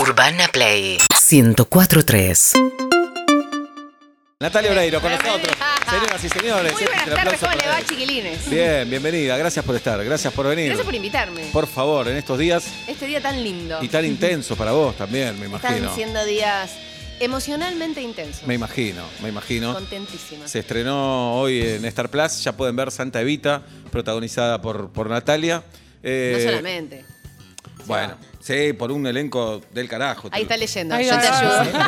Urbana Play 1043. Natalia Oreiro con nosotros. Señoras y señores, Muy buenas un aplauso tardes, ¿cómo para le va, ella. chiquilines? Bien, bienvenida, gracias por estar, gracias por venir. Gracias por invitarme. Por favor, en estos días Este día tan lindo. y tan intensos para vos también, me Están imagino. siendo días emocionalmente intensos. Me imagino, me imagino. Contentísima. Se estrenó hoy en Star Plus, ya pueden ver Santa Evita, protagonizada por, por Natalia. Eh, no solamente. Bueno, sí, por un elenco del carajo. Ahí está leyendo. Ahí Yo va, te va, va. ayudo.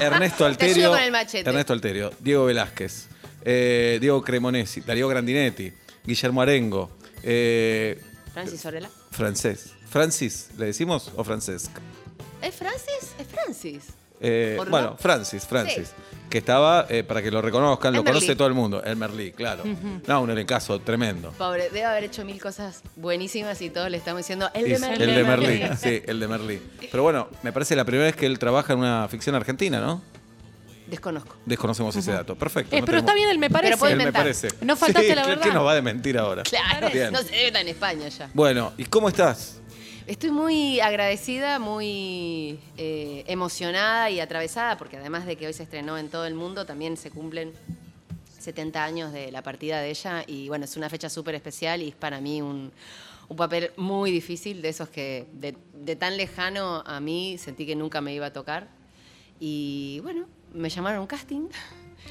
Ernesto Te ayudo Alterio. con el machete. Ernesto Alterio, Diego Velázquez, eh, Diego Cremonesi, Darío Grandinetti, Guillermo Arengo, eh, Francis Orela. francés. Francis, ¿le decimos? ¿O Francesc? ¿Es Francis? ¿Es Francis? Eh, ¿Orló? bueno, Francis, Francis. Que estaba, eh, para que lo reconozcan, lo El Merlí. conoce todo el mundo. El Merlí, claro. No, un elencazo tremendo. Pobre, debe haber hecho mil cosas buenísimas y todos le estamos diciendo el de Es Merlín. el de Merlí, sí, el de Merlí. Pero bueno, me parece la primera vez que él trabaja en una ficción argentina, ¿no? Desconozco. Desconocemos ese dato. Perfecto. Eh, no pero tenemos- está bien el me parece. Pero puede Él me inventar. parece. No faltaste Sí, la verdad. ¿Qué nos va de mentir ahora? Claro, Bien. no se ve tan en España ya. Bueno, ¿y cómo estás? Estoy muy agradecida, muy eh, emocionada y atravesada, porque además de que hoy se estrenó en todo el mundo, también se cumplen 70 años de la partida de ella. Y bueno, es una fecha súper especial y es para mí un, un papel muy difícil, de esos que de, de tan lejano a mí sentí que nunca me iba a tocar. Y bueno, me llamaron a un casting.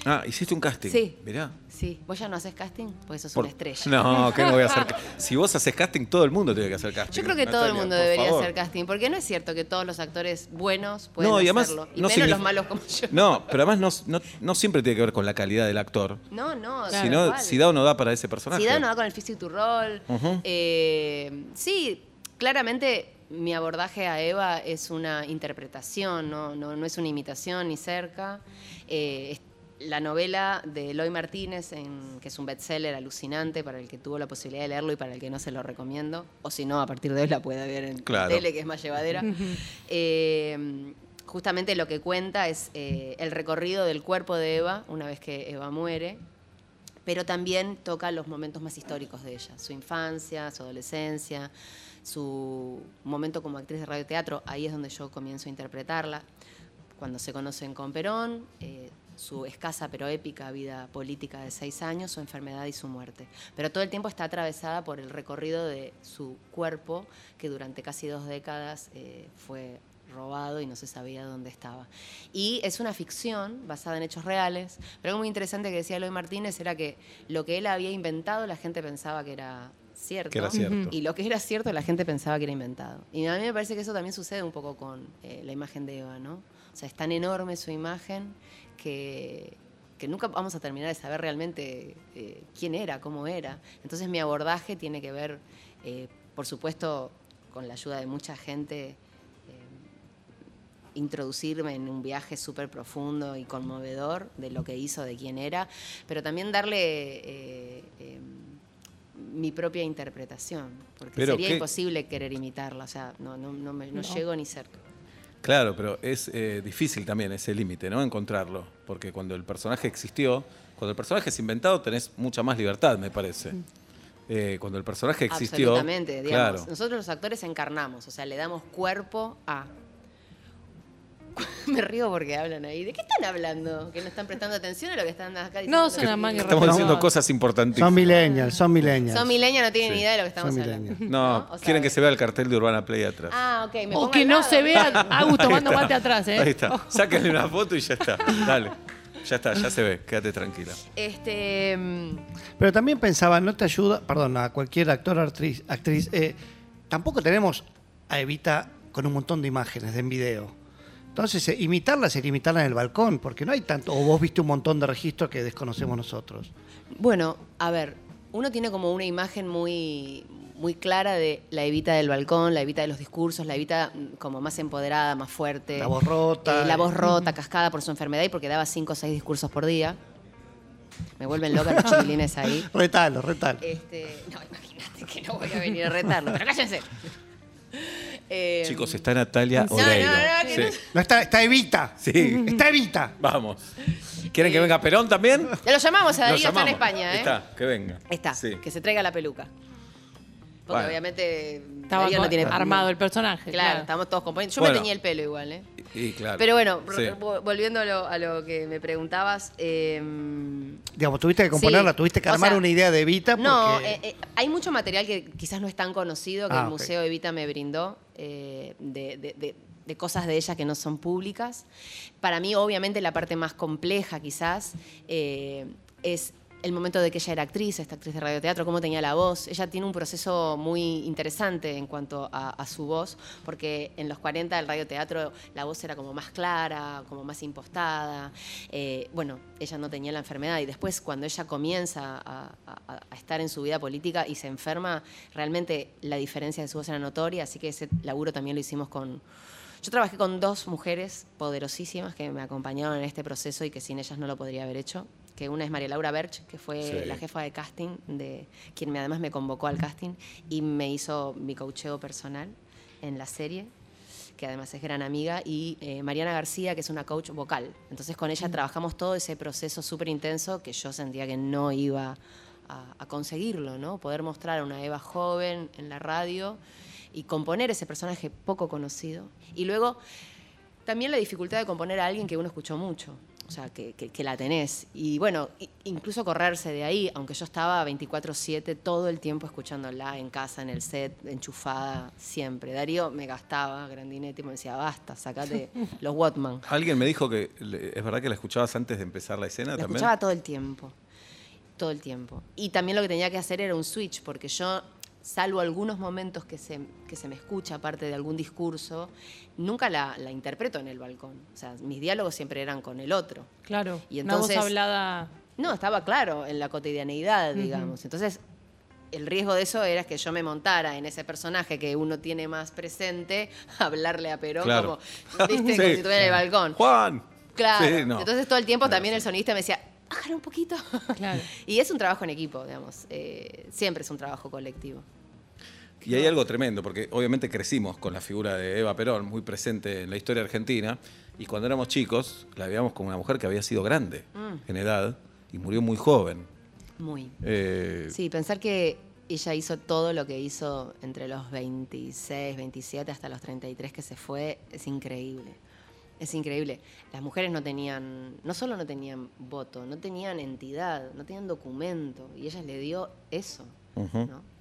Ah, hiciste un casting. Sí. Mirá. Sí, vos ya no haces casting, pues sos Por- una estrella. No, que no voy a hacer. ca- Si vos haces casting, todo el mundo tiene que hacer casting. Yo creo que todo el Natalia, mundo por debería favor. hacer casting, porque no es cierto que todos los actores buenos pueden No, y además, hacerlo. Y no menos significa- los malos como yo. No, pero además no, no- no siempre tiene que ver con la calidad del actor, No, no. Claro. sino igual. si da o no da para ese personaje. Si da o no da con el físico tu rol. Ujú. Eh, sí, claramente mi abordaje a Eva es una interpretación, no, no, no es una imitación ni cerca. Eh, es- la novela de Eloy Martínez, en- que es un bestseller alucinante para el que tuvo la posibilidad de leerlo y para el que no se lo recomiendo, o si no, a partir de hoy la puede ver en Claro. tele, que es más llevadera. Eh, justamente lo que cuenta es eh, el recorrido del cuerpo de Eva una vez que Eva muere, pero también toca los momentos más históricos de ella, su infancia, su adolescencia, su momento como actriz de radioteatro, ahí es donde yo comienzo a interpretarla, cuando se conocen con Perón, eh, su escasa pero épica vida política de seis años, su enfermedad y su muerte. Pero todo el tiempo está atravesada por el recorrido de su cuerpo, que durante casi dos décadas eh, fue robado y no se sabía dónde estaba. Y es una ficción basada en hechos reales, pero algo muy interesante que decía Eloy Martínez era que lo que él había inventado la gente pensaba que era cierto. Que era cierto. Y lo que era cierto la gente pensaba que era inventado. Y a mí me parece que eso también sucede un poco con eh, la imagen de Eva, ¿no? O sea, es tan enorme su imagen que, que nunca vamos a terminar de saber realmente eh, quién era, cómo era. Entonces mi abordaje tiene que ver, eh, por supuesto, con la ayuda de mucha gente, eh, introducirme en un viaje súper profundo y conmovedor de lo que hizo, de quién era, pero también darle... eh, em, mi propia interpretación, porque Pero sería qué- imposible querer imitarla, o sea, no, no, no, me- no llego ni cerca. Claro, pero es eh, difícil también ese límite, ¿no? Encontrarlo. Porque cuando el personaje existió, cuando el personaje es inventado, tenés mucha más libertad, me parece. Eh, cuando el personaje existió. Mm. Absolutamente, digamos. Claro. Nosotros los actores encarnamos, o sea, le damos cuerpo a. Me río porque hablan ahí. ¿De qué están hablando? ¿Que no están prestando atención a lo que están acá diciendo? son una manga millennials. Estamos No. diciendo cosas importantísimas. Son millennials, son millennials. Son milenios, no tienen Sí. ni idea de lo que estamos Son hablando. millennials. No, ¿No? O sea, quieren que se vea el cartel de Urbana Play atrás. Ah, ok. Me pongo O que al no lado. se vea Agus tomando mate atrás, ¿eh? Ahí está. Sáquenle una foto y ya está. Dale. Ya está, ya se ve. Quédate tranquila. Este. mm, Pero también pensaba, no te ayuda, perdón, a cualquier actor, actriz, actriz eh, tampoco tenemos a Evita con un montón de imágenes en video. Entonces, eh, imitarla sería imitarla en el balcón, porque no hay tanto. O vos viste un montón de registros que desconocemos nosotros. Bueno, a ver, uno tiene como una imagen muy, muy clara de la evita del balcón, la evita de los discursos, la evita mm, como más empoderada, más fuerte. La voz rota. Eh, la voz rota, cascada por su enfermedad y porque daba cinco o seis discursos por día. Me vuelven loca los chiquilines ahí. Retalo, retalo. Este, no, imagínate que no voy a venir a retarlo, pero cállense. Eh, Chicos, está Natalia no, Oreiro. no, no, que sí. No, está, está Evita. Sí. Está Evita. Vamos. ¿Quieren que venga Perón también? Ya Eh, lo llamamos a Lo Darío, está en llamamos. ¿eh? España, ¿eh? Está, que venga. Está, Sí. que se traiga la peluca. Porque Bueno. obviamente Estaba Darío no co- tiene armado el personaje. Claro, estamos todos componiendo. Yo me Bueno. teñí el pelo igual, ¿eh? Y, y claro. Pero bueno, Sí. vo- volviendo a lo, a lo que me preguntabas. eh, Digamos, tuviste que componerla, Sí. tuviste que O armar sea, una idea de Evita. No, porque- eh, eh, hay mucho material que quizás no es tan conocido que Ah, el ok. Museo Evita me brindó eh, de, de- de- de cosas de ella que no son públicas. Para mí, obviamente, la parte más compleja quizás eh, es el momento de que ella era actriz, esta actriz de radioteatro, cómo tenía la voz. Ella tiene un proceso muy interesante en cuanto a, a su voz, porque en los 40 del radioteatro la voz era como más clara, como más impostada. Eh, bueno, ella no tenía la enfermedad y después cuando ella comienza a, a- a estar en su vida política y se enferma, realmente la diferencia de su voz era notoria, así que ese laburo también lo hicimos con... Yo trabajé con dos mujeres poderosísimas que me acompañaron en este proceso y que sin ellas no lo podría haber hecho, que una es María Laura Berch, que fue Sí. la jefa de casting, de quien me, además me convocó al casting y me hizo mi coacheo personal en la serie que además es gran amiga, y eh, Mariana García, que es una coach vocal. Entonces con ella trabajamos todo ese proceso súper intenso que yo sentía que no iba a, a conseguirlo, ¿no? Poder mostrar a una Eva joven en la radio y componer ese personaje poco conocido. Y luego también la dificultad de componer a alguien que uno escuchó mucho. O sea, que, que- que la tenés. Y bueno, i- incluso correrse de ahí, aunque yo estaba 24-7 todo el tiempo escuchándola en casa, en el set, enchufada, siempre. Darío me gastaba, Grandinetti, me decía, basta, sacate los Watman. Alguien me dijo que le- es verdad que la escuchabas antes de empezar la escena La Ah, también. escuchaba todo el tiempo. Todo el tiempo. Y también lo que tenía que hacer era un switch, porque yo, salvo algunos momentos que se, que se me escucha, aparte de algún discurso, nunca la, la interpreto en el balcón. O sea, mis diálogos siempre eran con el otro. Claro. Y una entonces- voz hablada. No, estaba claro en la cotidianeidad, digamos. Entonces, el riesgo de eso era que yo me montara en ese personaje que uno tiene más presente, hablarle a Perón Claro. como, ¿viste? Como si Sí. estuviera en el balcón. Juan. Claro. Sí, no. Entonces todo el tiempo No, también sí. el sonidista me decía, bájale un poquito. Claro. y es un trabajo en equipo, digamos. Eh, siempre es un trabajo colectivo. Y hay algo tremendo, porque obviamente crecimos con la figura de Eva Perón, muy presente en la historia argentina, y cuando éramos chicos la veíamos como una mujer que había sido grande Mm. en edad y murió muy joven. Muy. Eh, Sí, pensar que ella hizo todo lo que hizo entre los 26, 27 hasta los 33 que se fue, es increíble. Es increíble. Las mujeres no tenían, no solo no tenían voto, no tenían entidad, no tenían documento, y ella le dio eso, Ujú. ¿no?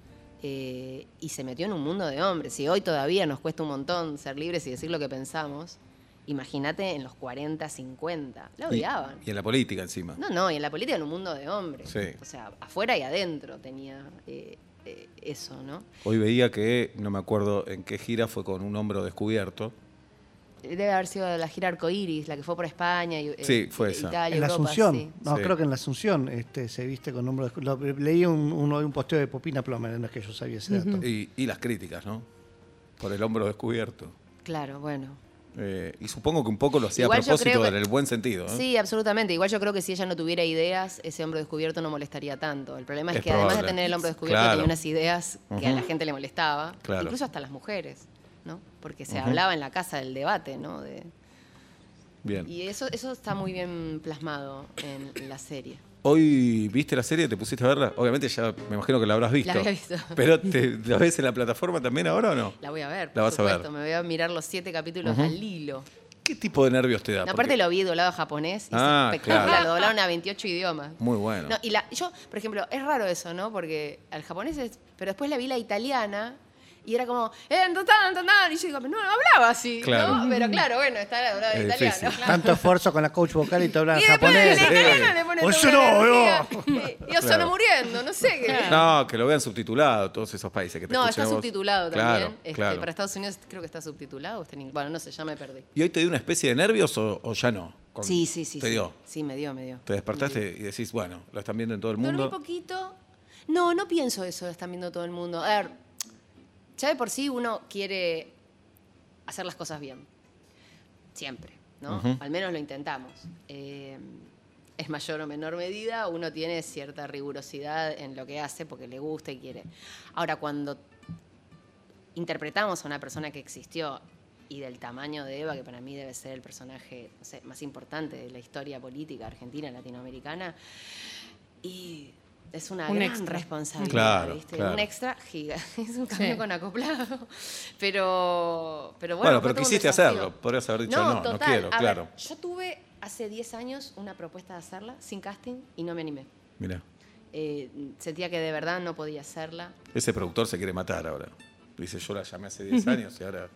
Eh, y se metió en un mundo de hombres. Y hoy todavía nos cuesta un montón ser libres y decir lo que pensamos. Imagínate en los 40, 50. La y, odiaban. y en la política encima. No, no, y en la política en un mundo de hombres. Sí. O sea, afuera y adentro tenía eh, eh, eso, ¿no? Hoy veía que, no me acuerdo en qué gira, fue con un hombro descubierto. Debe haber sido la gira Arcoiris, la que fue por España y eh, Sí, fue y- esa. Italia, En la Europa, Asunción. sí. No, Sí. creo que en la Asunción este, se viste con nombre de... lo- leí un, uno de un posteo de Popina Plomer, no es que yo sabía ese dato. Mm. Y, y las críticas, ¿no? Por el hombro descubierto. Claro, bueno. Eh, y supongo que un poco lo hacía Igual a yo propósito, creo que- en el buen sentido. ¿eh? Sí, absolutamente. Igual yo creo que si ella no tuviera ideas, ese hombre descubierto no molestaría tanto. El problema es, Es que además probable. de tener el hombre descubierto, Claro. tenía unas ideas que a la Ujú. gente le molestaba, Claro. incluso hasta las mujeres, ¿no? Porque se Ujú. hablaba en la casa del debate, ¿no? De- Bien. y eso, eso está muy bien plasmado en la serie. Hoy viste la serie, te pusiste a verla. Obviamente ya me imagino que la habrás visto. La había visto. Pero te, ¿la ves en la plataforma también ahora o no? La voy a ver. La por vas a ver. supuesto. Me voy a mirar los siete capítulos al hilo. ¿Qué tipo de nervios te da? No, Porque- aparte lo vi doblado a japonés y Ah, es espectacular. claro. Lo doblaron a 28 idiomas. Muy bueno. No, y la, yo, por ejemplo, es raro eso, ¿no? Porque al japonés es. Pero después la vi la italiana y era como. "Eh, tan, tan, tan, tan", Y yo digo, no, no hablaba así. Claro. ¿no? Pero claro, bueno, está doblado en Es italiano. difícil. Tanto esfuerzo con la coach vocal y te hablan Y después el japonés. eh. italiano le pone Pues toda yo no, la no. energía. Sí, Yo solo Claro. muriendo, no sé qué. No, que lo vean subtitulado, todos esos países que te No, escuchen está a vos. subtitulado Claro, también. Este, claro. Para Estados Unidos creo que está subtitulado. o está en inglés. Bueno, no sé, ya me perdí. ¿Y hoy te dio una especie de nervios o, o ya no? Con- Sí, sí, sí. Te sí. dio. Sí, me dio, me dio. Te despertaste y decís, bueno, lo están viendo en todo el mundo. Dormí poquito. No, no pienso eso, lo están viendo todo el mundo. A ver, ya de por sí uno quiere hacer las cosas bien. Siempre, ¿no? Ujú. Al menos lo intentamos. Eh, es mayor o menor medida, uno tiene cierta rigurosidad en lo que hace porque le gusta y quiere. Ahora, cuando interpretamos a una persona que existió y del tamaño de Eva, que para mí debe ser el personaje no sé, más importante de la historia política argentina, latinoamericana, y es una Un gran extra. responsabilidad. Claro, ¿viste? claro. Un extra giga. Es un cambio Sí. con acoplado. Pero, pero bueno. Bueno, fue pero todo un quisiste desafío. hacerlo. Podrías haber dicho, no, no total. quiero, A ver, claro. yo tuve hace 10 años una propuesta de hacerla sin casting y no me animé. Mira, Eh, sentía que de verdad no podía hacerla. ese productor se quiere matar ahora. Dice, yo la llamé hace 10 años y ahora.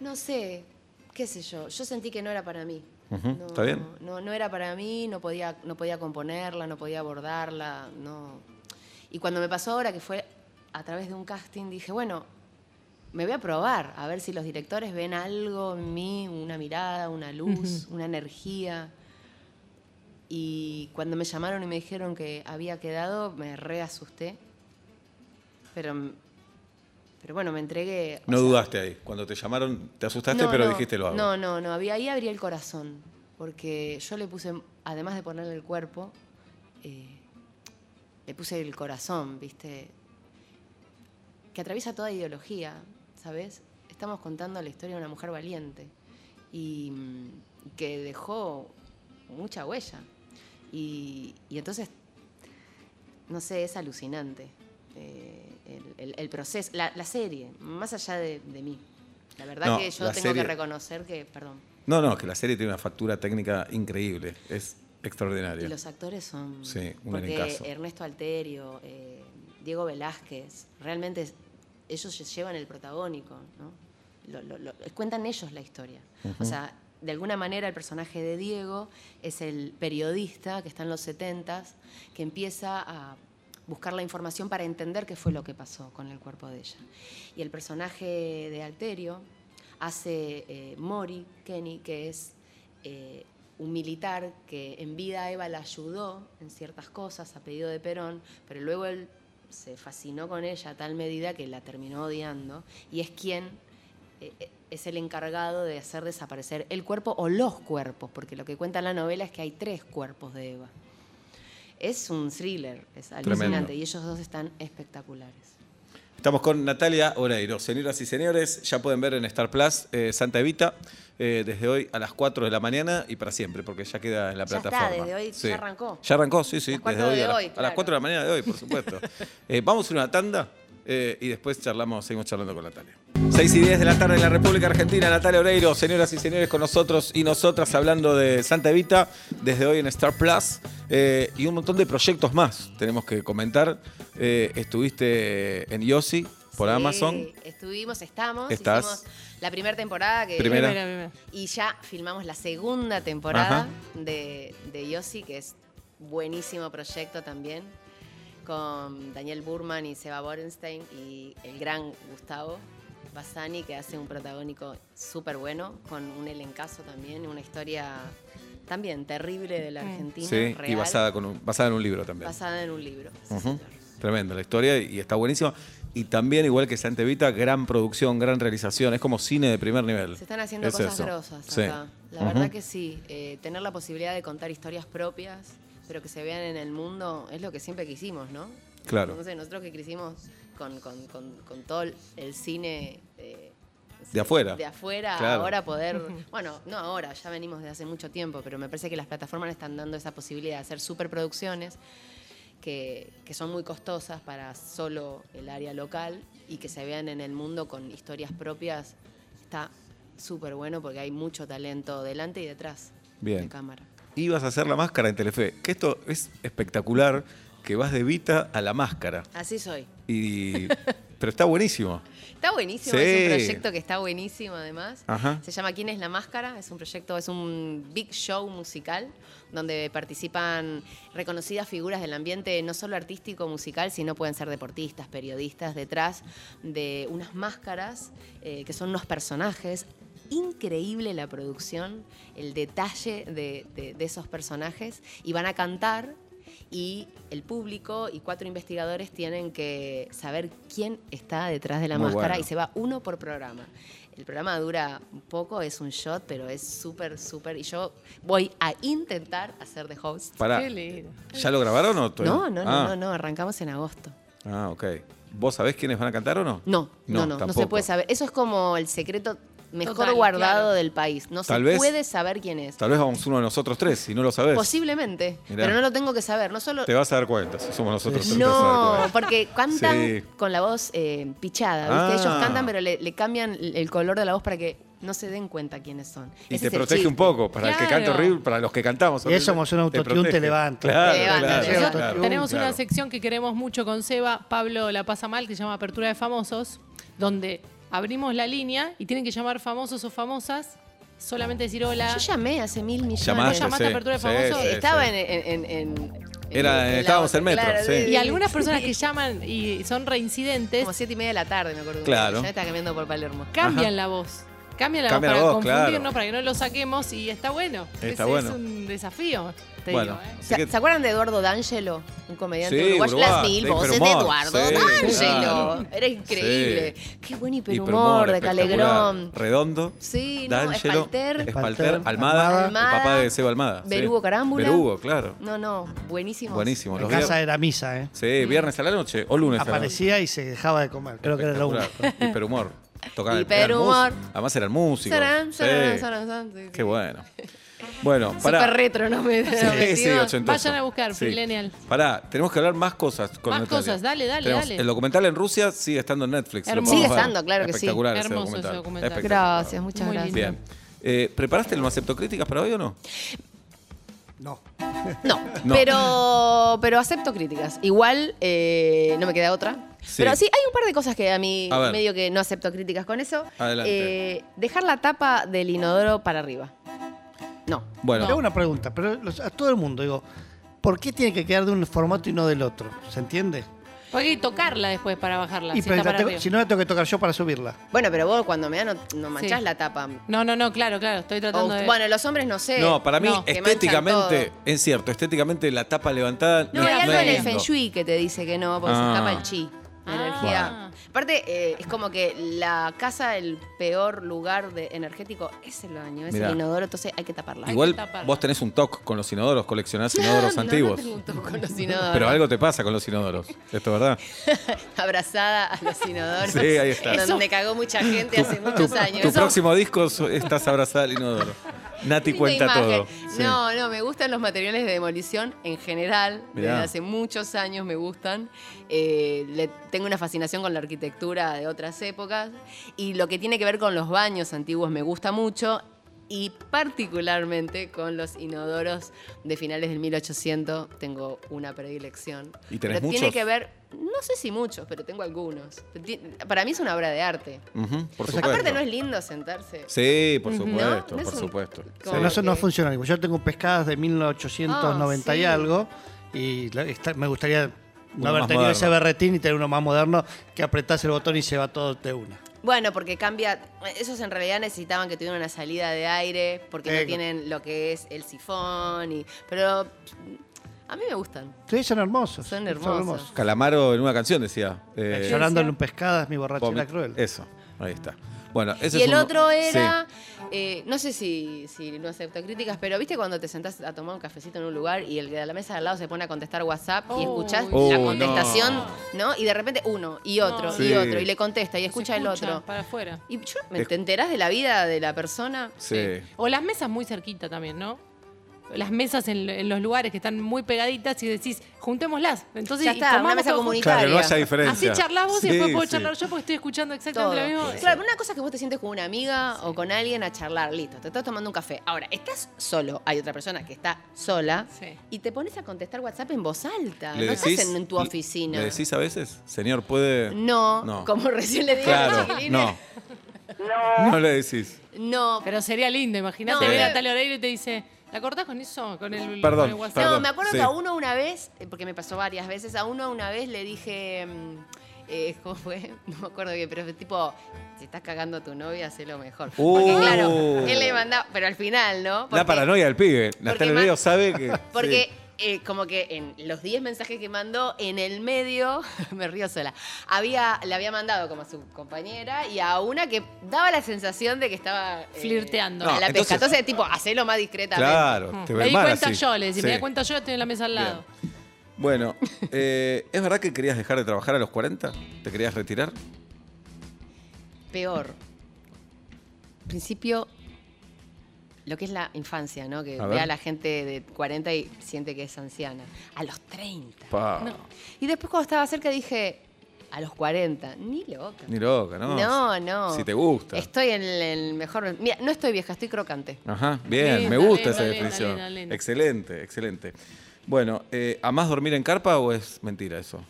No sé, qué sé yo. Yo sentí que no era para mí. Ujú, No, ¿está bien? No, no era para mí, no podía, no podía componerla, no podía abordarla, no. Y cuando me pasó ahora, que fue a través de un casting, dije, bueno, me voy a probar, a ver si los directores ven algo en mí, una mirada, una luz, una energía. Y cuando me llamaron y me dijeron que había quedado, me reasusté. Pero, pero bueno, me entregué. o No sea, dudaste ahí. Cuando te llamaron, te asustaste, no, pero no. dijiste lo hago. No, no, no. Había, ahí abrí el corazón. Porque yo le puse, además de ponerle el cuerpo, eh, le puse el corazón, ¿viste? Que atraviesa toda ideología, ¿sabes? Estamos contando la historia de una mujer valiente y mm, que dejó mucha huella. Y, y entonces, no sé, es alucinante eh, el, el- el proceso, la, la serie, más allá de, de mí. La verdad No, que yo la tengo serie- que reconocer que, perdón, No, no, que la serie tiene una factura técnica increíble. Es Y extraordinaria. los actores son. Sí, un Porque elencazo. Ernesto Alterio, eh, Diego Velázquez, realmente es- ellos se llevan el protagónico, ¿no? Lo- lo- lo- cuentan ellos la historia. O sea, de alguna manera el personaje de Diego es el periodista que está en los 70s, que empieza a buscar la información para entender qué fue lo que pasó con el cuerpo de ella. Y el personaje de Alterio hace eh, Mori Kenny, que es eh, un militar que en vida a Eva la ayudó en ciertas cosas a pedido de Perón, pero luego él se fascinó con ella a tal medida que la terminó odiando y es quien eh, eh, es el encargado de hacer desaparecer el cuerpo o los cuerpos, porque lo que cuenta la novela es que hay tres cuerpos de Eva. Es un thriller, es alucinante Tremendo. y ellos dos están espectaculares. Estamos con Natalia Oreiro. Señoras y señores, ya pueden ver en Star Plus eh, Santa Evita eh, desde hoy a las 4 de la mañana y para siempre, porque ya queda en la Ya está, plataforma. desde hoy ya arrancó. Ya arrancó, sí, sí, Las desde cuatro hoy. de a, la- hoy, a las claro. 4 de la mañana de hoy, por supuesto. Eh, vamos a una tanda eh, y después charlamos, seguimos charlando con Natalia. 6 y 10 de la tarde en la República Argentina, Natalia Oreiro, señoras y señores, con nosotros y nosotras hablando de Santa Evita desde hoy en Star Plus eh, y un montón de proyectos más tenemos que comentar. Eh, estuviste en Yossi por Sí, Amazon. Estuvimos, estamos, Estás. hicimos la primera temporada que Primera. Mira, mira, mira. Y ya filmamos la segunda temporada Ajá. de, de Yossi, que es buenísimo proyecto también, con Daniel Burman y Seba Borenstein y el gran Gustavo Bassani, que hace un protagónico súper bueno, con un elencazo también, una historia también terrible de la Argentina. Sí, real, y basada, con un- basada en un libro también. basada en un libro. sí, Ujú. señor. Tremenda la historia y está buenísima. Y también, igual que Santa Evita, gran producción, gran realización. Es como cine de primer nivel. Se están haciendo Es cosas eso. grosas Sí. acá. La Ujú. verdad que sí. eh, tener la posibilidad de contar historias propias, pero que se vean en el mundo, es lo que siempre quisimos, ¿no? Claro. Entonces nosotros que quisimos con, con- con- con todo el cine... eh, De afuera. De afuera, Claro. ahora poder... Bueno, no ahora, ya venimos de hace mucho tiempo, pero me parece que las plataformas le están dando esa posibilidad de hacer superproducciones que, que son muy costosas para solo el área local y que se vean en el mundo con historias propias, está súper bueno porque hay mucho talento delante y detrás Bien. de cámara. Ibas a hacer la máscara en Telefe. Que esto es espectacular, que vas de Evita a la máscara. Así soy. Y... Pero está buenísimo. Está buenísimo, Sí. es un proyecto que está buenísimo además. Ajá. Se llama ¿Quién es la máscara? Es un proyecto, es un big show musical donde participan reconocidas figuras del ambiente, no solo artístico, musical, sino pueden ser deportistas, periodistas, detrás de unas máscaras eh, que son unos personajes. Increíble la producción, el detalle de- de- de esos personajes y van a cantar y el público y cuatro investigadores tienen que saber quién está detrás de la Muy máscara bueno. y se va uno por programa. El programa dura un poco, es un shot, pero es súper, súper. Y yo voy a intentar hacer de host. Pará. Qué lindo. ¿Ya lo grabaron o todavía? No, no, no, Ah. no, no, arrancamos en agosto. Ah, ok. ¿Vos sabés quiénes van a cantar o no? No, no, no, no, se tampoco. puede saber. Eso es como el secreto mejor Total, guardado claro. del país. No Tal se vez- puede saber quién es. Tal vez vamos uno de nosotros tres, si no lo sabes. Posiblemente, Mirá. pero no lo tengo que saber. No solo. Te vas a dar cuenta si somos nosotros tres. te vas a dar No, cuenta. porque cantan Sí. con la voz eh, pichada, Ah. ¿viste? Ellos cantan, pero le, le cambian el color de la voz para que no se den cuenta quiénes son. Y Ese te es el protege un chiste. poco, para el que canta Claro. horrible, para los que cantamos. Y horrible, eso con un autotune protege. te levanta. Claro, Te levanta, claro, te Nosotros levanta. claro, tenemos una claro. sección que queremos mucho con Seba, Pablo la pasa mal, que se llama Apertura de Famosos, donde abrimos la línea y tienen que llamar famosos o famosas, solamente decir hola. Yo llamé hace mil millones. Llamaste, ¿Llamaste a sí, Apertura de sí, Famosos? sí, sí. Estaba en, en- en- en- Era, en la estábamos otra, en metro, sí. Y algunas personas que llaman y son reincidentes Como siete y media de la tarde, me acuerdo. Claro. Ya estaba caminando por Palermo. cambian la voz. Cambian la Cambian voz la para voz, claro. confundirnos, para que no lo saquemos y está bueno. Está Ese bueno. Es un desafío, te Bueno, digo. ¿eh? así ¿Se, que- se acuerdan de Eduardo D'Angelo? Un comediante Sí, uruguayo. Uruguay, Las mil de voces de Hipermor, Eduardo sí, D'Angelo. claro. Era increíble. Qué buen hiperhumor Hiperhumor, de espectacular. Calegrón. Redondo. Sí, no, D'Angelo, Espalter. Espalter, Espalter, Almada, Almada, el papá de Seba Almada. sí. Berugo Carámbula. Berugo, claro. No, no, buenísimo. Buenísimo. En Los casa viernes, era misa, ¿eh? sí, viernes a la noche o lunes Aparecía y se dejaba de comer. Creo que a era la lo noche. único. Espectacular. Hiperhumor. Tocaban- Hiperhumor. eran músicos. Además eran músicos. Sarán, sí. sarán, sarán, sarán, sí, sí. Qué bueno. Bueno, para. Súper retro, ¿no? Me, nos Sí, sí, metimos. ochentoso. Vayan a buscar, Millennial. Pará, tenemos que hablar más cosas con Más Natalia. cosas, dale, dale, Tenemos- dale. El documental en Rusia sigue estando en Netflix. lo podemos Hermoso. Sigue ver. estando, claro que sí. Espectacular ese Hermoso ese documental. documental. Espectacular. Gracias, muchas Muy gracias. lindo. Bien. Eh, ¿Preparaste el no acepto críticas para hoy o no? No. No, No. Pero, pero acepto críticas. Igual eh, no me queda otra. Sí. Pero sí, hay un par de cosas que a mí A ver. medio que no acepto críticas con eso. Adelante. Eh, dejar la tapa del inodoro para arriba. No. Bueno, Tengo una pregunta, pero los- a todo el mundo digo, ¿por qué tiene que quedar de un formato y no del otro? ¿Se entiende? Porque hay que tocarla después para bajarla. si y pero está la para tengo- arriba. si no la tengo que tocar yo para subirla. Bueno, pero vos cuando me da no, no manchás Sí. la tapa. No, no, no, claro, claro. Estoy O- tratando de. Oh, Bueno, los hombres no sé. no, para mí no, que manchan estéticamente, todo. es cierto, estéticamente la tapa levantada No, no, hay es algo en el lindo. Feng Shui que te dice que no, porque Ah. se tapa el chi, la Ah. energía. Aparte, eh, es como que la casa, el peor lugar de- energético es el baño, es Mirá. el inodoro, entonces hay que taparla. Hay Igual que taparla. vos tenés un toque con los inodoros, coleccionás inodoros No, no antiguos. tengo un toque con los inodoros. Pero algo te pasa con los inodoros, esto verdad. Abrazada a los inodoros. Sí, ahí está. Donde cagó mucha gente hace muchos años. Tu Eso- próximo disco so- estás abrazada al inodoro. Nati Linda cuenta imagen. todo. Sí. No, no, me gustan los materiales de demolición en general. Mirá. Desde hace muchos años me gustan. Eh, le- tengo una fascinación con la arquitectura de otras épocas. Y lo que tiene que ver con los baños antiguos me gusta mucho. Y particularmente con los inodoros de finales del 1800 tengo una predilección. ¿Y tenés pero tiene muchos? que ver, no sé si muchos, pero tengo algunos. Ti- Para mí es una obra de arte. Ujú, por O sea, supuesto. Aparte no es lindo sentarse. Sí, por Ujú. supuesto, ¿No? No es por un- supuesto. O como sea, no, son- no que- funcionan igual. Yo tengo pescadas de 1890 y Ah, sí. algo y la- está- me gustaría Uno no haber más tenido moderno. ese berretín y tener uno más moderno que apretás el botón y se va todo de una. Bueno, porque cambia. Esos en realidad necesitaban que tuvieran una salida de aire, porque no Tengo. tienen lo que es el sifón. Y, pero a mí me gustan. Sí, son hermosos. Son hermosos. Calamaro en una canción decía. eh, Llorando en un pescado es mi borrachera vomit- eh, cruel. Eso, ahí está. Bueno, ese y es el uno- otro sí. era. eh, no sé si, si no acepto críticas, pero viste cuando te sentás a tomar un cafecito en un lugar y el de la mesa de al lado se pone a contestar WhatsApp y Oh. escuchás Oh, la no. contestación, ¿no? Y de repente uno y otro No. y Sí. otro y le contesta y Se escucha, el escucha otro. Para afuera. Y yo, ¿me te enterás de la vida de la persona? Sí. O las mesas muy cerquita también, ¿no? Las mesas en, en los lugares que están muy pegaditas y decís, juntémoslas. Entonces, Ya y está, una comamos mesa todo junto. comunitaria. Claro, que no haya Así diferencia. Así charlas vos Sí, y después puedo sí. charlar yo porque estoy escuchando Todo. exactamente lo mismo. Claro, una cosa es que vos te sientes con una amiga o con alguien a charlar, listo, te estás tomando un café. Ahora, estás solo, hay otra persona que está sola Sí. y te pones a contestar WhatsApp en voz alta. Le no decís- estás en, en tu le- oficina. ¿Le decís a veces? Señor, ¿puede...? no, No. como recién le dije a Claro, los chiquilines, no. No. le decís. No, Pero sería lindo, imagínate, No, ver pero- a tal horario y te dice, ¿la cortás con eso? Con el, Perdón, con el WhatsApp. perdón. No, me acuerdo sí. que a uno una vez, eh, porque me pasó varias veces, a uno una vez le dije, mm, eh, ¿cómo fue? No me acuerdo bien, pero fue tipo, si estás cagando a tu novia, hacé lo mejor. Porque Oh. claro, él le mandaba, pero al final, ¿no? La Porque- paranoia del pibe. Natalia ma- Leo sabe que... Porque sí. eh, como que en los 10 mensajes que mandó, en el medio, me río sola, había, le había mandado como a su compañera y a una que daba la sensación de que estaba... eh, Flirteando. No, a la entonces- pesca. Entonces, tipo, hacelo más discretamente. Claro, te Mm. me di mal cuenta así. yo, le decía, me Sí. di cuenta yo, estoy en la mesa al lado. Bueno, eh, ¿es verdad que querías dejar de trabajar a los 40? ¿Te querías retirar? Peor. principio, lo que es la infancia, ¿no? Que A ve ver. a la gente de 40 y siente que es anciana. A los 30. Pa, Y después cuando estaba cerca dije, a los 40. Ni loca. Ni loca, ¿no? No, no. Si te gusta. Estoy en el mejor... Mira, no estoy vieja, estoy crocante. Ajá, bien, Linda, me gusta linda, esa linda, definición. linda, linda. Excelente, excelente. Bueno, eh, ¿amás dormir en carpa o es mentira eso?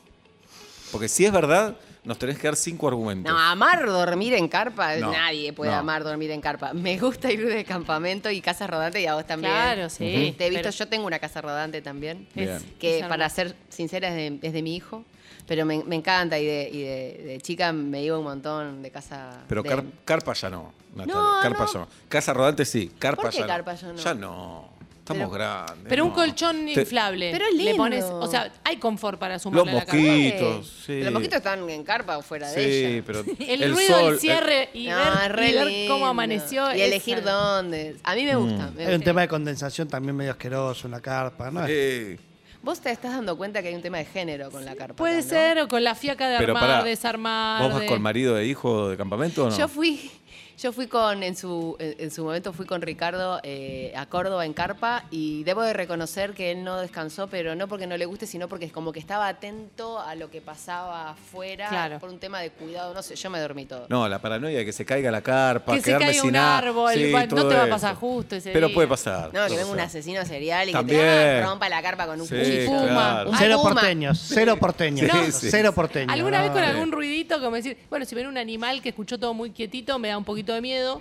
Porque si es verdad, nos tenés que dar cinco argumentos. No, amar dormir en carpa, No, nadie puede no. amar dormir en carpa. Me gusta ir de campamento y casas rodantes y a vos también. Claro, sí. Te he visto, Pero- yo tengo una casa rodante también, Bien. Es- que es para hermoso. ser sincera es de, es de mi hijo, pero me, me encanta y, de, y de- de chica me iba un montón de casa. Pero de- car- carpa ya no, Natalia. No, carpa no. ya no. Casa rodante sí, carpa ¿Por qué ya no. carpa ya no? Ya no. Estamos Pero- grandes. Pero un no. colchón Te- inflable. Pero es Le pones, lindo. o sea, hay confort para sumar Los a la carpa. Sí. mosquitos, sí. Los mosquitos están en carpa o fuera Sí, de ella. pero El, el ruido sol, del cierre y, No, es ver, re y ver lindo. cómo amaneció. Y es elegir algo. dónde. A mí me gusta. Mm. me Hay un gusta. tema de condensación también medio asqueroso en la carpa, ¿no? Eh, Vos te estás dando cuenta que hay un tema de género con la carpa. Puede acá, ¿no? ser, o con la fiaca de pero armar, para desarmar. ¿Vos vas de- con marido e hijo de campamento o no? Yo fui, yo fui con, en su, en, en su momento fui con Ricardo eh, a Córdoba en Carpa y debo de reconocer que él no descansó, pero no porque no le guste, sino porque es como que estaba atento a lo que pasaba afuera Claro. por un tema de cuidado, no sé, yo me dormí todo. No, la paranoia de que se caiga la carpa, Que se quedarme caiga sin un nada. árbol, Sí, bueno, no todo te va a eso. pasar justo ese Pero día. puede pasar. No, que puede venga un pasar. asesino serial y que te También. ah, rompa la carpa con un Sí, cuchillo. puma. claro. Un Cero Puma. porteños, cero porteños, Sí, sí. cero porteños. Alguna no, vez con no. algún ruidito, como decir, bueno, si ven un animal que escuchó todo muy quietito, me da un poquito de miedo,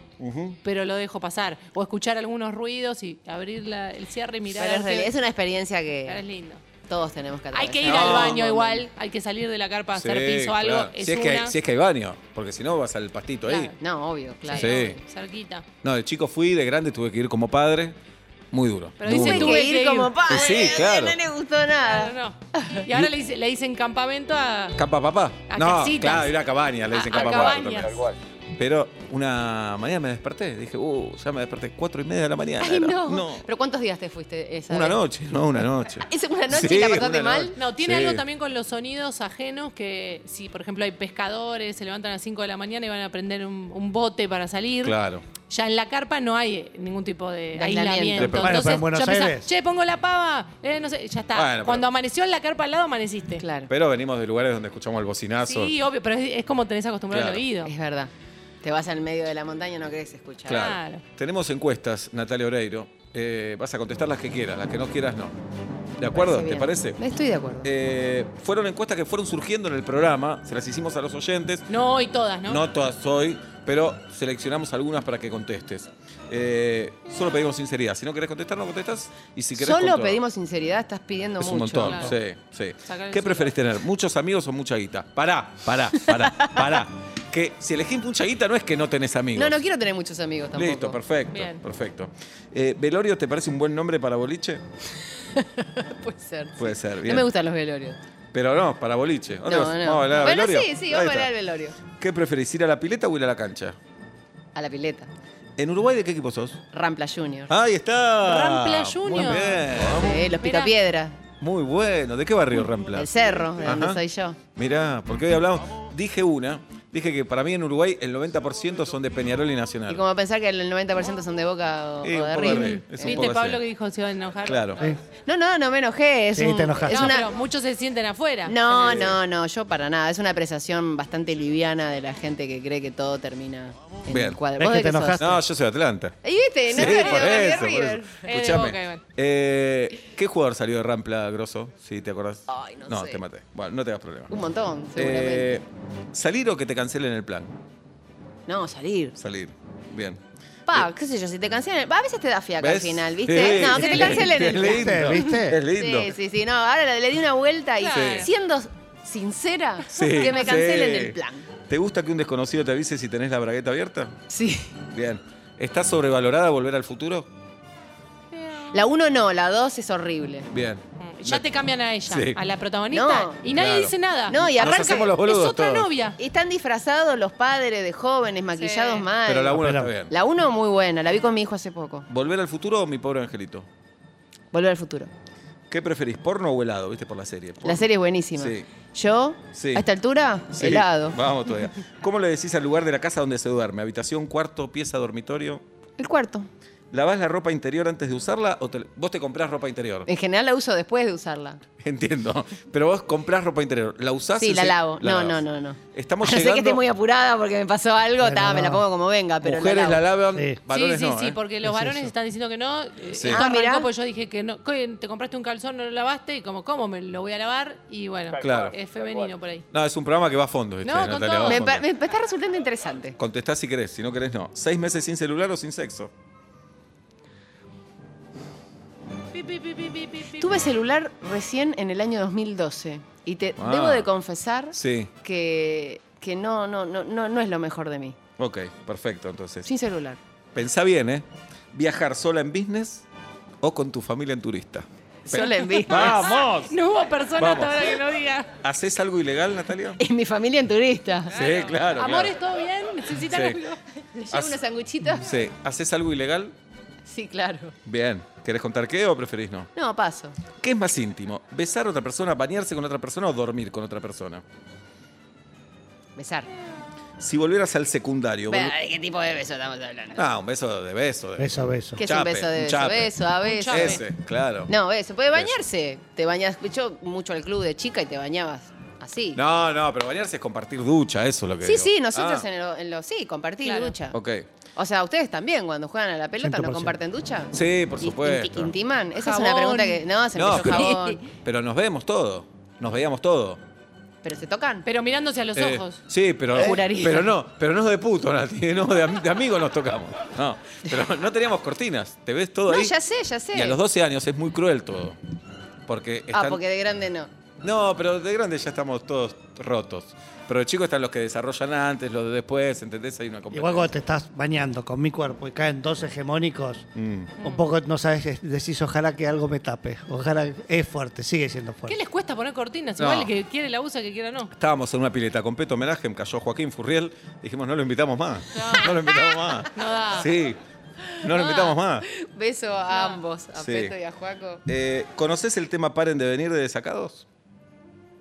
pero lo dejo pasar. O escuchar algunos ruidos y abrir la- el cierre y mirar. Pero a es, ver qué- es una experiencia Pero es que lindo. todos tenemos que Hay que ir atravesar. al No, baño no, igual, hay que salir de la carpa a hacer Sí, piso o algo. claro. Es si, es que una, hay, si es que hay baño, porque si no vas al pastito ahí. Claro. No, obvio, claro. Sí. cerquita. No, de chico fui, de grande tuve que ir como padre. Muy duro. Pero muy dice Tuve duro. tuve que ir que ir. como padre, Y sí, claro. no le gustó nada. Claro, no. Y ahora le, hice- le dicen campamento a. ¿Capa papá? A no, casitas. claro, era cabaña, le A- dicen a capa cabañas. papá. Pero una mañana me desperté, dije, uh, ya me desperté, cuatro y media de la mañana. Ay, era. no. ¿Pero cuántos días te fuiste esa Una vez? noche, no, una noche. ¿Es una noche y la Sí, pasaste una mal? noche. No, tiene Sí. algo también con los sonidos ajenos que si, por ejemplo, hay pescadores, se levantan a las 5 de la mañana y van a prender un, un bote para salir. Claro. Ya en la carpa no hay ningún tipo de, De aislamiento. aislamiento. Bueno, pero en Entonces, Buenos ya empezás, Aires- che, pongo la pava, eh, no sé, ya está. Bueno, pero- Cuando amaneció en la carpa al lado, amaneciste. Claro. Pero venimos de lugares donde escuchamos el bocinazo. Sí, obvio, pero es, es como tenés acostumbrado Claro. el oído. Es verdad. Te vas al medio de la montaña y no querés escuchar. Claro. Claro. Tenemos encuestas, Natalia Oreiro. Eh, vas a contestar las que quieras, las que no quieras no. ¿De acuerdo? Parece ¿Te bien. parece? Estoy de acuerdo. Eh, fueron encuestas que fueron surgiendo en el programa, se las hicimos a los oyentes. No, y todas, No, ¿no? todas hoy, pero seleccionamos algunas para que contestes. Eh, solo pedimos sinceridad. Si no querés contestar, no contestas. Y si querés Solo con todo. pedimos sinceridad, estás pidiendo Es mucho. un montón, claro. sí, sí. Sacar el ¿Qué preferís tener? ¿Muchos amigos o mucha guita? Pará, pará, pará, pará. Que si elegís mucha guita no es que no tenés amigos. No, no quiero tener muchos amigos tampoco. Listo, perfecto, Bien. perfecto. Eh, ¿Velorio te parece un buen nombre para boliche? Puede ser. sí. Puede ser, Pues bien. No me gustan los velorios. Pero no, para boliche. ¿Dónde No, vas? no. Vamos a hablar de bueno, velorio. sí, sí, Ahí vamos a está. hablar al velorio. ¿Qué preferís, ir a la pileta o ir a la cancha? A la pileta. ¿En Uruguay de qué equipo sos? Rampla Junior. Ahí está. Rampla Muy Junior. bien. Sí, los Mirá. Picapiedra. Muy bueno. ¿De qué barrio Rampla? El Cerro, de donde Ajá. soy yo. Mirá, porque hoy hablamos. Dije una. Dije que para mí en Uruguay el 90% son de Peñarol y Nacional. Y como pensar que el 90% son de Boca o, Eh, o un poco de de River. River. Es un ¿Viste poco Pablo así. que dijo se iba a enojar? Claro. Sí. No, no, no me enojé. Es Sí, un- te enojaste. es No, una- pero muchos se sienten afuera. No, no, no, yo para nada. Es una apreciación bastante liviana de la gente que cree que todo termina en Bien. el cuadro. ¿Ves ¿Vos que de te qué sos? enojaste? No, yo soy de Atlanta. Y viste, no Sí, sabía por que era de eso, por River. eso. Es de Boca Escuchame. igual. eh, ¿Qué jugador salió de Rampla Grosso? Si te acordás. Ay, no sé. te maté. Bueno, no te hagas problema. Un montón, seguramente. Eh, ¿Salir o que te cancelen el plan? no, salir. Salir. Bien. Pa, qué sé yo, si te cancelan. A veces te da fiaca al eh, ¿Ves? final, ¿viste? Sí, no, que te sí, es cancelen el plan. lindo. ¿Viste? Es lindo. Sí, sí, sí. No, ahora le di una vuelta y Claro. siendo sincera, Sí, que me cancelen sí. el plan. ¿Te gusta que un desconocido te avise si tenés la bragueta abierta? Sí. Bien. ¿Estás sobrevalorada volver al futuro? La uno no, la dos es horrible. Bien. Ya te cambian a ella, Sí. a la protagonista, No. y nadie Claro. dice nada. No, y Nos aparte- hacemos los boludos es otra todos. novia. Están disfrazados los padres de jóvenes, maquillados Ah. Sí. mal. Pero la uno está Pero- bien. La uno muy buena, la vi con mi hijo hace poco. ¿Volver al futuro o mi pobre angelito? Volver al futuro. ¿Qué preferís, porno o helado? ¿Viste por la serie? Porno. La serie es buenísima. Sí. Yo, Sí. a esta altura, Sí, helado. Vamos todavía. ¿Cómo le decís al lugar de la casa donde se duerme? ¿Habitación, cuarto, pieza, dormitorio? El cuarto. ¿Lavás la ropa interior antes de usarla o te- vos te comprás ropa interior? En general la uso después de usarla. Entiendo. Pero vos comprás ropa interior. ¿La usás? Sí, la lavo. No, lavás. no, no, no. Estamos A no llegando... ser que esté muy apurada porque me pasó algo, Bueno, ta, me la no. pongo como venga, pero Mujeres la la lavo. lavan, Sí. varones sí, sí, no, sí, ¿eh? porque los Es varones eso. están diciendo que no. eh, Sí. esto Ah, arrancó mirá. porque yo dije que no. "Coy, Te compraste un calzón, no lo lavaste, y como, ¿cómo me lo voy a lavar? Y bueno, Claro. es femenino por ahí. No, es un programa que va a fondo. ¿viste, No, con Natalia? todo. Va a Me, fondo. pa- me pa- está resultando interesante. Contestá si querés, si no querés no. ¿Seis meses sin celular o sin sexo? Pi, pi, pi, pi, pi, pi, pi. Tuve celular recién en el año 2012 y te Ah. debo de confesar Sí. que, que no, no, no, no, no es lo mejor de mí. Ok, perfecto, entonces. Sin celular. Pensá bien, ¿eh? ¿Viajar sola en business o con tu familia en turista? Solo en business. ¡Vamos! No hubo persona Vamos. hasta ahora que lo diga. ¿Haces algo ilegal, Natalia? Y mi familia en turista. Sí, claro. Amores, claro. ¿todo bien? ¿Necesitan Sí. algo? ¿Le llevo As- unos sanguchitos? Sí. ¿Haces algo ilegal? Sí, claro. Bien. ¿Querés contar qué o preferís no? No, paso. ¿Qué es más íntimo? ¿Besar a otra persona, bañarse con otra persona o dormir con otra persona? Besar. Si volvieras al secundario... Bueno, vol- ¿De qué tipo de beso estamos hablando? Ah, un beso de beso. de- Beso, beso. ¿Qué es chape, un beso de un beso? chape. Beso, a beso. chape. Ese, claro. No, beso. Puede Beso. bañarse. Te bañas. Yo mucho al club de chica y te bañabas así. No, no, pero bañarse es compartir ducha, eso es lo que sí, digo. sí, nosotros Ah, en, lo, en lo- Sí, compartí Claro. ducha. Ok. O sea, ustedes también cuando juegan a la pelota no 100%. comparten ducha. Sí, por Inti- supuesto. ¿Intiman? Esa es Jabón. una pregunta que. No, se me No, cayó pero- jabón. Pero nos vemos todo. Nos veíamos todo. Pero se tocan. Pero mirándose a los Eh, ojos. Sí, pero, Juraría. pero no, pero no de puto, Nati, no, de, ami- de amigos nos tocamos. No, pero no teníamos cortinas, te ves todo no, ahí. ya sé, ya sé. Y a los 12 años es muy cruel todo. Porque Ah, están- porque de grande no. No, pero de grande ya estamos todos rotos. Pero de chicos están los que desarrollan antes, los de después, ¿entendés? Hay una Igual competencia. cuando te estás bañando con mi cuerpo y caen dos hegemónicos, Mm. un poco no sabes, decís ojalá que algo me tape. Ojalá es fuerte, sigue siendo ¿Qué fuerte. les cuesta poner cortinas? No. Igual el que quiere la usa, el que quiera no. Estábamos en una pileta con peto homenaje, me cayó Joaquín Furriel. Dijimos, no lo invitamos más. No, lo invitamos más. No da. Sí, no lo invitamos más. Beso a ambos, a Sí. Peto y a Juaco. Eh, ¿Conoces el tema Paren de venir de Desacados?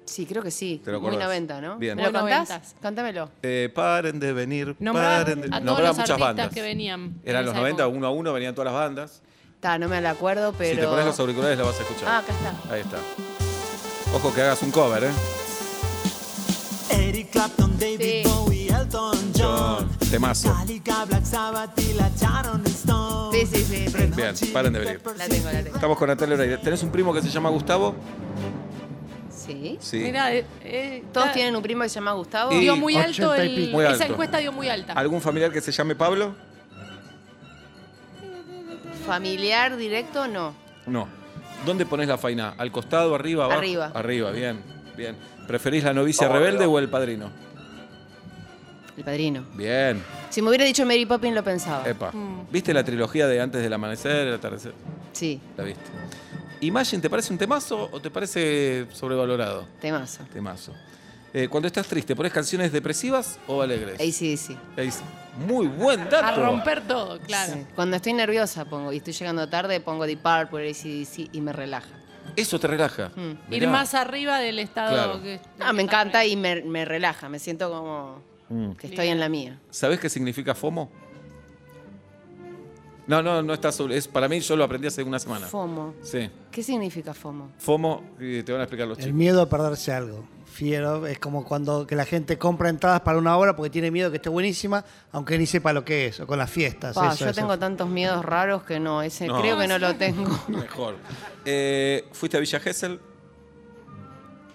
Sí, creo que sí. Te lo Muy acordás. 90, ¿no? Bien. ¿Me lo Muy cantás? noventas. Cántamelo. Eh, paren de venir, Nombraba paren de a todos Nombraba los muchas artistas bandas. que venían en Eran los esa 90, época. uno a uno venían todas las bandas. Ta, no me la acuerdo, pero. Si te pones los auriculares la vas a escuchar. Ah, acá está. Ahí está. Ojo que hagas un cover, ¿eh? Eric Clapton, David Sí. Bowie, Elton John. John, temazo. Metallica, Black Sabbath y la Sharon Stone. Sí, sí, sí. sí. Bien, paren de venir. La tengo, la tengo. Estamos con Natalia Oreiro. ¿Tenés un primo que se llama Gustavo? Sí. Sí. Mirá, eh, eh, Todos está- tienen un primo que se llama Gustavo. Y- Dio muy 80 alto, y el- pico. Muy esa alto. encuesta dio muy alta. ¿Algún familiar que se llame Pablo? Familiar directo, no. No. ¿Dónde pones la faina? ¿Al costado, arriba, abajo? Arriba. Arriba, bien, bien. ¿Preferís la novicia rebelde o el padrino? El padrino. Bien. Si me hubiera dicho Mary Poppins lo pensaba. Epa. ¿Viste la trilogía de Antes del Amanecer, el atardecer? Sí, La viste. Imagine, ¿te parece un temazo o te parece sobrevalorado? temazo. Temazo. Eh, cuando estás triste, ¿pones canciones depresivas o alegres? Ahí sí, sí. Ahí sí. Muy buen dato. A romper todo, claro. Sí. Cuando estoy nerviosa pongo, y estoy llegando tarde, pongo Deep Purple, ACDC y me relaja. Eso te relaja. Mm. Ir Mirá. más arriba del estado Claro. que. No, Ah, me encanta y me, me relaja. Me siento como que estoy en la mía. Mm. ¿Sabés qué significa FOMO? No, no, no está sobre. Es, para mí, yo lo aprendí hace una semana. FOMO. Sí. ¿Qué significa FOMO? FOMO, y te van a explicar los El chicos. miedo a perderse algo. Fiero, es como cuando que la gente compra entradas para una obra porque tiene miedo que esté buenísima, aunque ni sepa lo que es, o con las fiestas. Pa, eso, yo eso. tengo tantos miedos raros que no, ese No. creo que no lo tengo. Mejor. Eh, ¿Fuiste a Villa Gesell?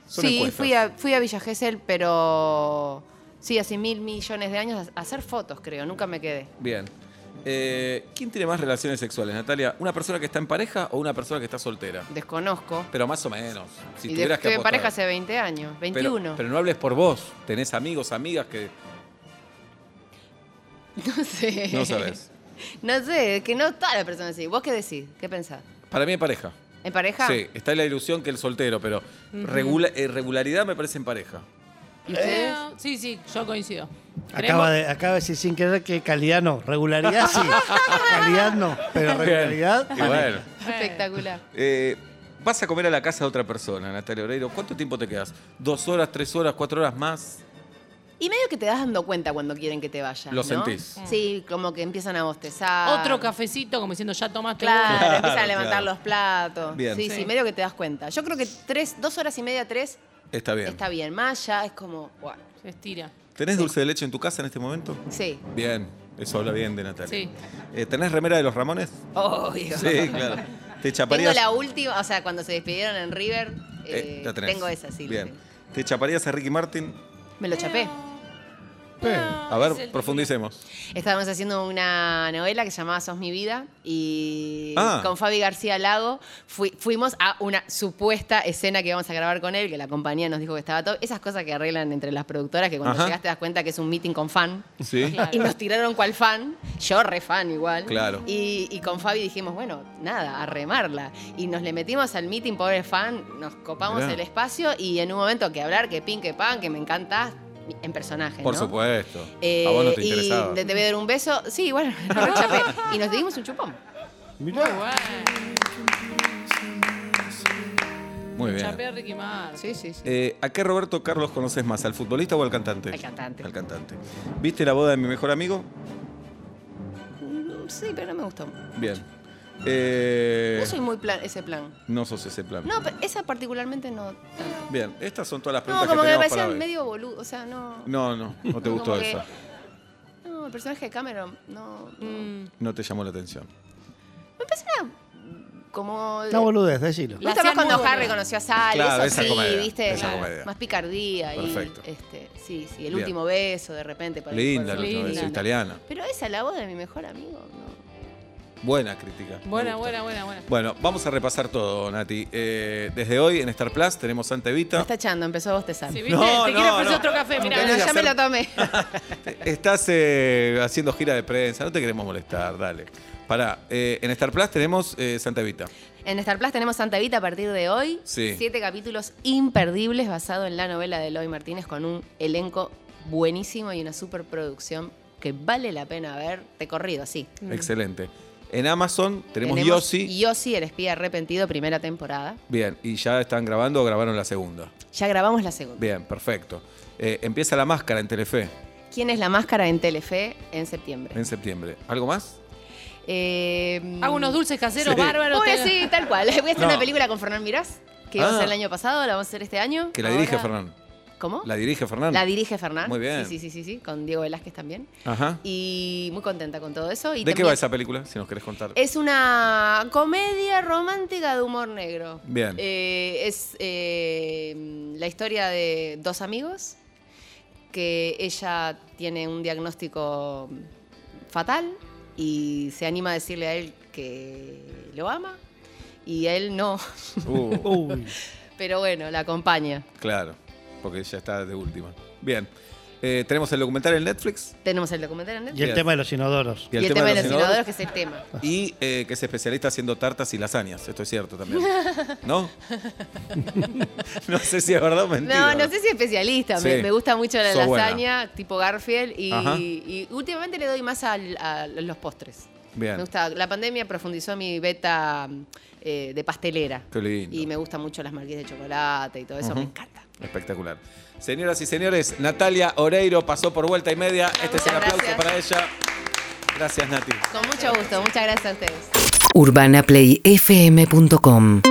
Son sí, encuestas. fui a, fui a Villa Gesell, pero sí, hace mil millones de años a a hacer fotos, creo. Nunca me quedé. Bien. Eh, ¿Quién tiene más relaciones sexuales, Natalia? ¿Una persona que está en pareja o una persona que está soltera? Desconozco. Pero más o menos. Si y de, tuvieras que estuve en apostar. pareja hace 20 años, Pero- 21. Pero, no hables por vos. Tenés amigos, amigas que no sé. no sabés. No sé, que no todas las personas así. ¿Vos qué decís? ¿Qué pensás? Para mí en pareja. ¿En pareja? Sí, está la ilusión que el soltero, pero regula- eh, regularidad me parece en pareja. ¿Y ustedes? Eh, Sí, sí, yo coincido. Creemos- Acaba de, acaba de decir sin querer que calidad no, regularidad sí. calidad no, pero Bien. regularidad. Y bueno. Espectacular. Eh, Vas a comer a la casa de otra persona, Natalia Oreiro. ¿Cuánto tiempo te quedas? ¿Dos horas, tres horas, cuatro horas más? Y medio que te das dando cuenta cuando quieren que te vayas. Lo ¿no? sentís. Sí, como que empiezan a bostezar. Otro cafecito, como diciendo, ya tomaste Claro, uno. empiezan a levantar claro. los platos. Bien. Sí, sí, Sí. medio que te das cuenta. Yo creo que tres, dos horas y media, tres, Está bien. está bien. Más ya es como, bueno, Se estira. ¿Tenés dulce de leche en tu casa en este momento? sí. Bien, eso habla bien de Natalia. Sí. Eh, ¿Tenés remera de los Ramones? Obvio. Sí, claro. ¿Te Tengo chaparías? la última, o sea, cuando se despidieron en River, Eh, eh, la tenés. tengo esa, sí. la Bien. tengo. ¿Te chaparías a Ricky Martin? Me lo chapé. A Ah, es ver, el- profundicemos. Estábamos haciendo una novela que se llamaba Sos mi vida y Ah. con Fabi García Lago fui- fuimos a una supuesta escena que íbamos a grabar con él, que la compañía nos dijo que estaba todo. Esas cosas que arreglan entre las productoras que cuando Ajá. llegas te das cuenta que es un meeting con fan. Sí. Claro. Y nos tiraron cual fan, yo re fan igual. Claro. Y, y con Fabi dijimos, bueno, nada, a remarla. Y nos le metimos al meeting, pobre fan, nos copamos Mirá. el espacio y en un momento que hablar, que pin, que pan, que me encantás, en personaje. Por ¿no? supuesto. Eh, a vos no te y interesaba. te, te voy a dar un beso. Sí, bueno, lo rechapé. y nos dimos un chupón. Muy bueno. Muy bien. Chapé a Ricky Martin. Sí, sí, sí. Eh, ¿A qué Roberto Carlos conoces más? ¿Al futbolista o al cantante? Al cantante. Al cantante. ¿Viste la boda de mi mejor amigo? Mm, Sí, pero no me gustó. Bien. Eh, No soy muy plan, ese plan. no sos ese plan. No, pero esa particularmente no. tanto. Bien, estas son todas las No, preguntas como que que me tenemos para parecían hoy. medio boludo. O sea, no. No, no, no te Como gustó que- esa. No, el personaje de Cameron no. no. Mm. No te llamó la atención. Me parece una. Como. No boludez, decilo. Me gusta La más hacían cuando muy Harry buena. conoció a Sally. Claro, eso esa sí, comedia, ¿viste? esa Claro. comedia. Más picardía. Y, Perfecto. este, sí, sí. Bien. El último beso, de repente. para- Linda, para- la última vez, Linda. italiana. Pero esa, la voz de mi mejor amigo, no. Buena crítica. me Buena, gusta. buena, buena, buena. Bueno, vamos a repasar todo, Nati. Eh, desde hoy en Star Plus tenemos Santa Me Evita. está echando, empezó a bostezar. Sí, Sí, ¿viste? No, Te no, quiere ofrecer no. otro café, Aunque mirá. no ya hacer- me lo tomé. Estás eh, haciendo gira de prensa, no te queremos molestar, dale. Pará, eh, en Star Plus tenemos eh, Santa Evita. En Star Plus tenemos Santa Evita a partir de hoy. Sí. Siete capítulos imperdibles basado en la novela de Eloy Martínez con un elenco buenísimo y una superproducción que vale la pena ver de corrido, así. Excelente. En Amazon tenemos, Yossi. Mm. Yossi, el espía arrepentido, primera temporada. Bien, y ya están grabando o grabaron la segunda. Ya grabamos la segunda. Bien, perfecto. Eh, empieza la máscara en Telefe ¿Quién es la máscara en Telefe en septiembre? en septiembre. ¿Algo más? Eh, Hago unos dulces caseros Sí. bárbaros. Voy a te- decir tal cual. Voy a hacer No. una película con Fernán Mirás, que iba a Ah. hacer el año pasado, la vamos a hacer este año. Que la dirige Ahora- Fernán. ¿Cómo? La dirige Fernán. La dirige Fernán. Muy bien. Sí, sí, sí, sí, sí, con Diego Velázquez también. Ajá. Y muy contenta con todo eso. Y ¿De qué también va esa película? Si nos querés contar. Es una comedia romántica de humor negro. Bien. Eh, es eh, la historia de dos amigos que ella tiene un diagnóstico fatal y se anima a decirle a él que lo ama y a él no. Uh, Uy, Pero bueno, la acompaña. claro, porque ya está de última. Bien. Eh, tenemos el documental en Netflix Tenemos el documental en y el Netflix. Bien. tema de los inodoros. y el, tema, de los inodores. que es el tema. Y eh, que es especialista haciendo tartas y lasañas. Esto es cierto también. ¿No? no sé si es verdad o mentira. No, no sé si especialista. Sí. Me, me gusta mucho la Sos buena. lasaña, tipo Garfield. Y, Ajá. y últimamente le doy más al- a los postres. Bien. Me gusta. La pandemia profundizó mi beta eh, de pastelera. Qué lindo. Y me gustan mucho las marquillas de chocolate y todo eso. Ujú. Me encanta. Espectacular. Señoras y señores, Natalia Oreiro pasó por vuelta y media. Este es el Muchas aplauso gracias. para ella. Gracias, Nati. Con mucho gusto. Muchas gracias a ustedes. UrbanaPlayFM.com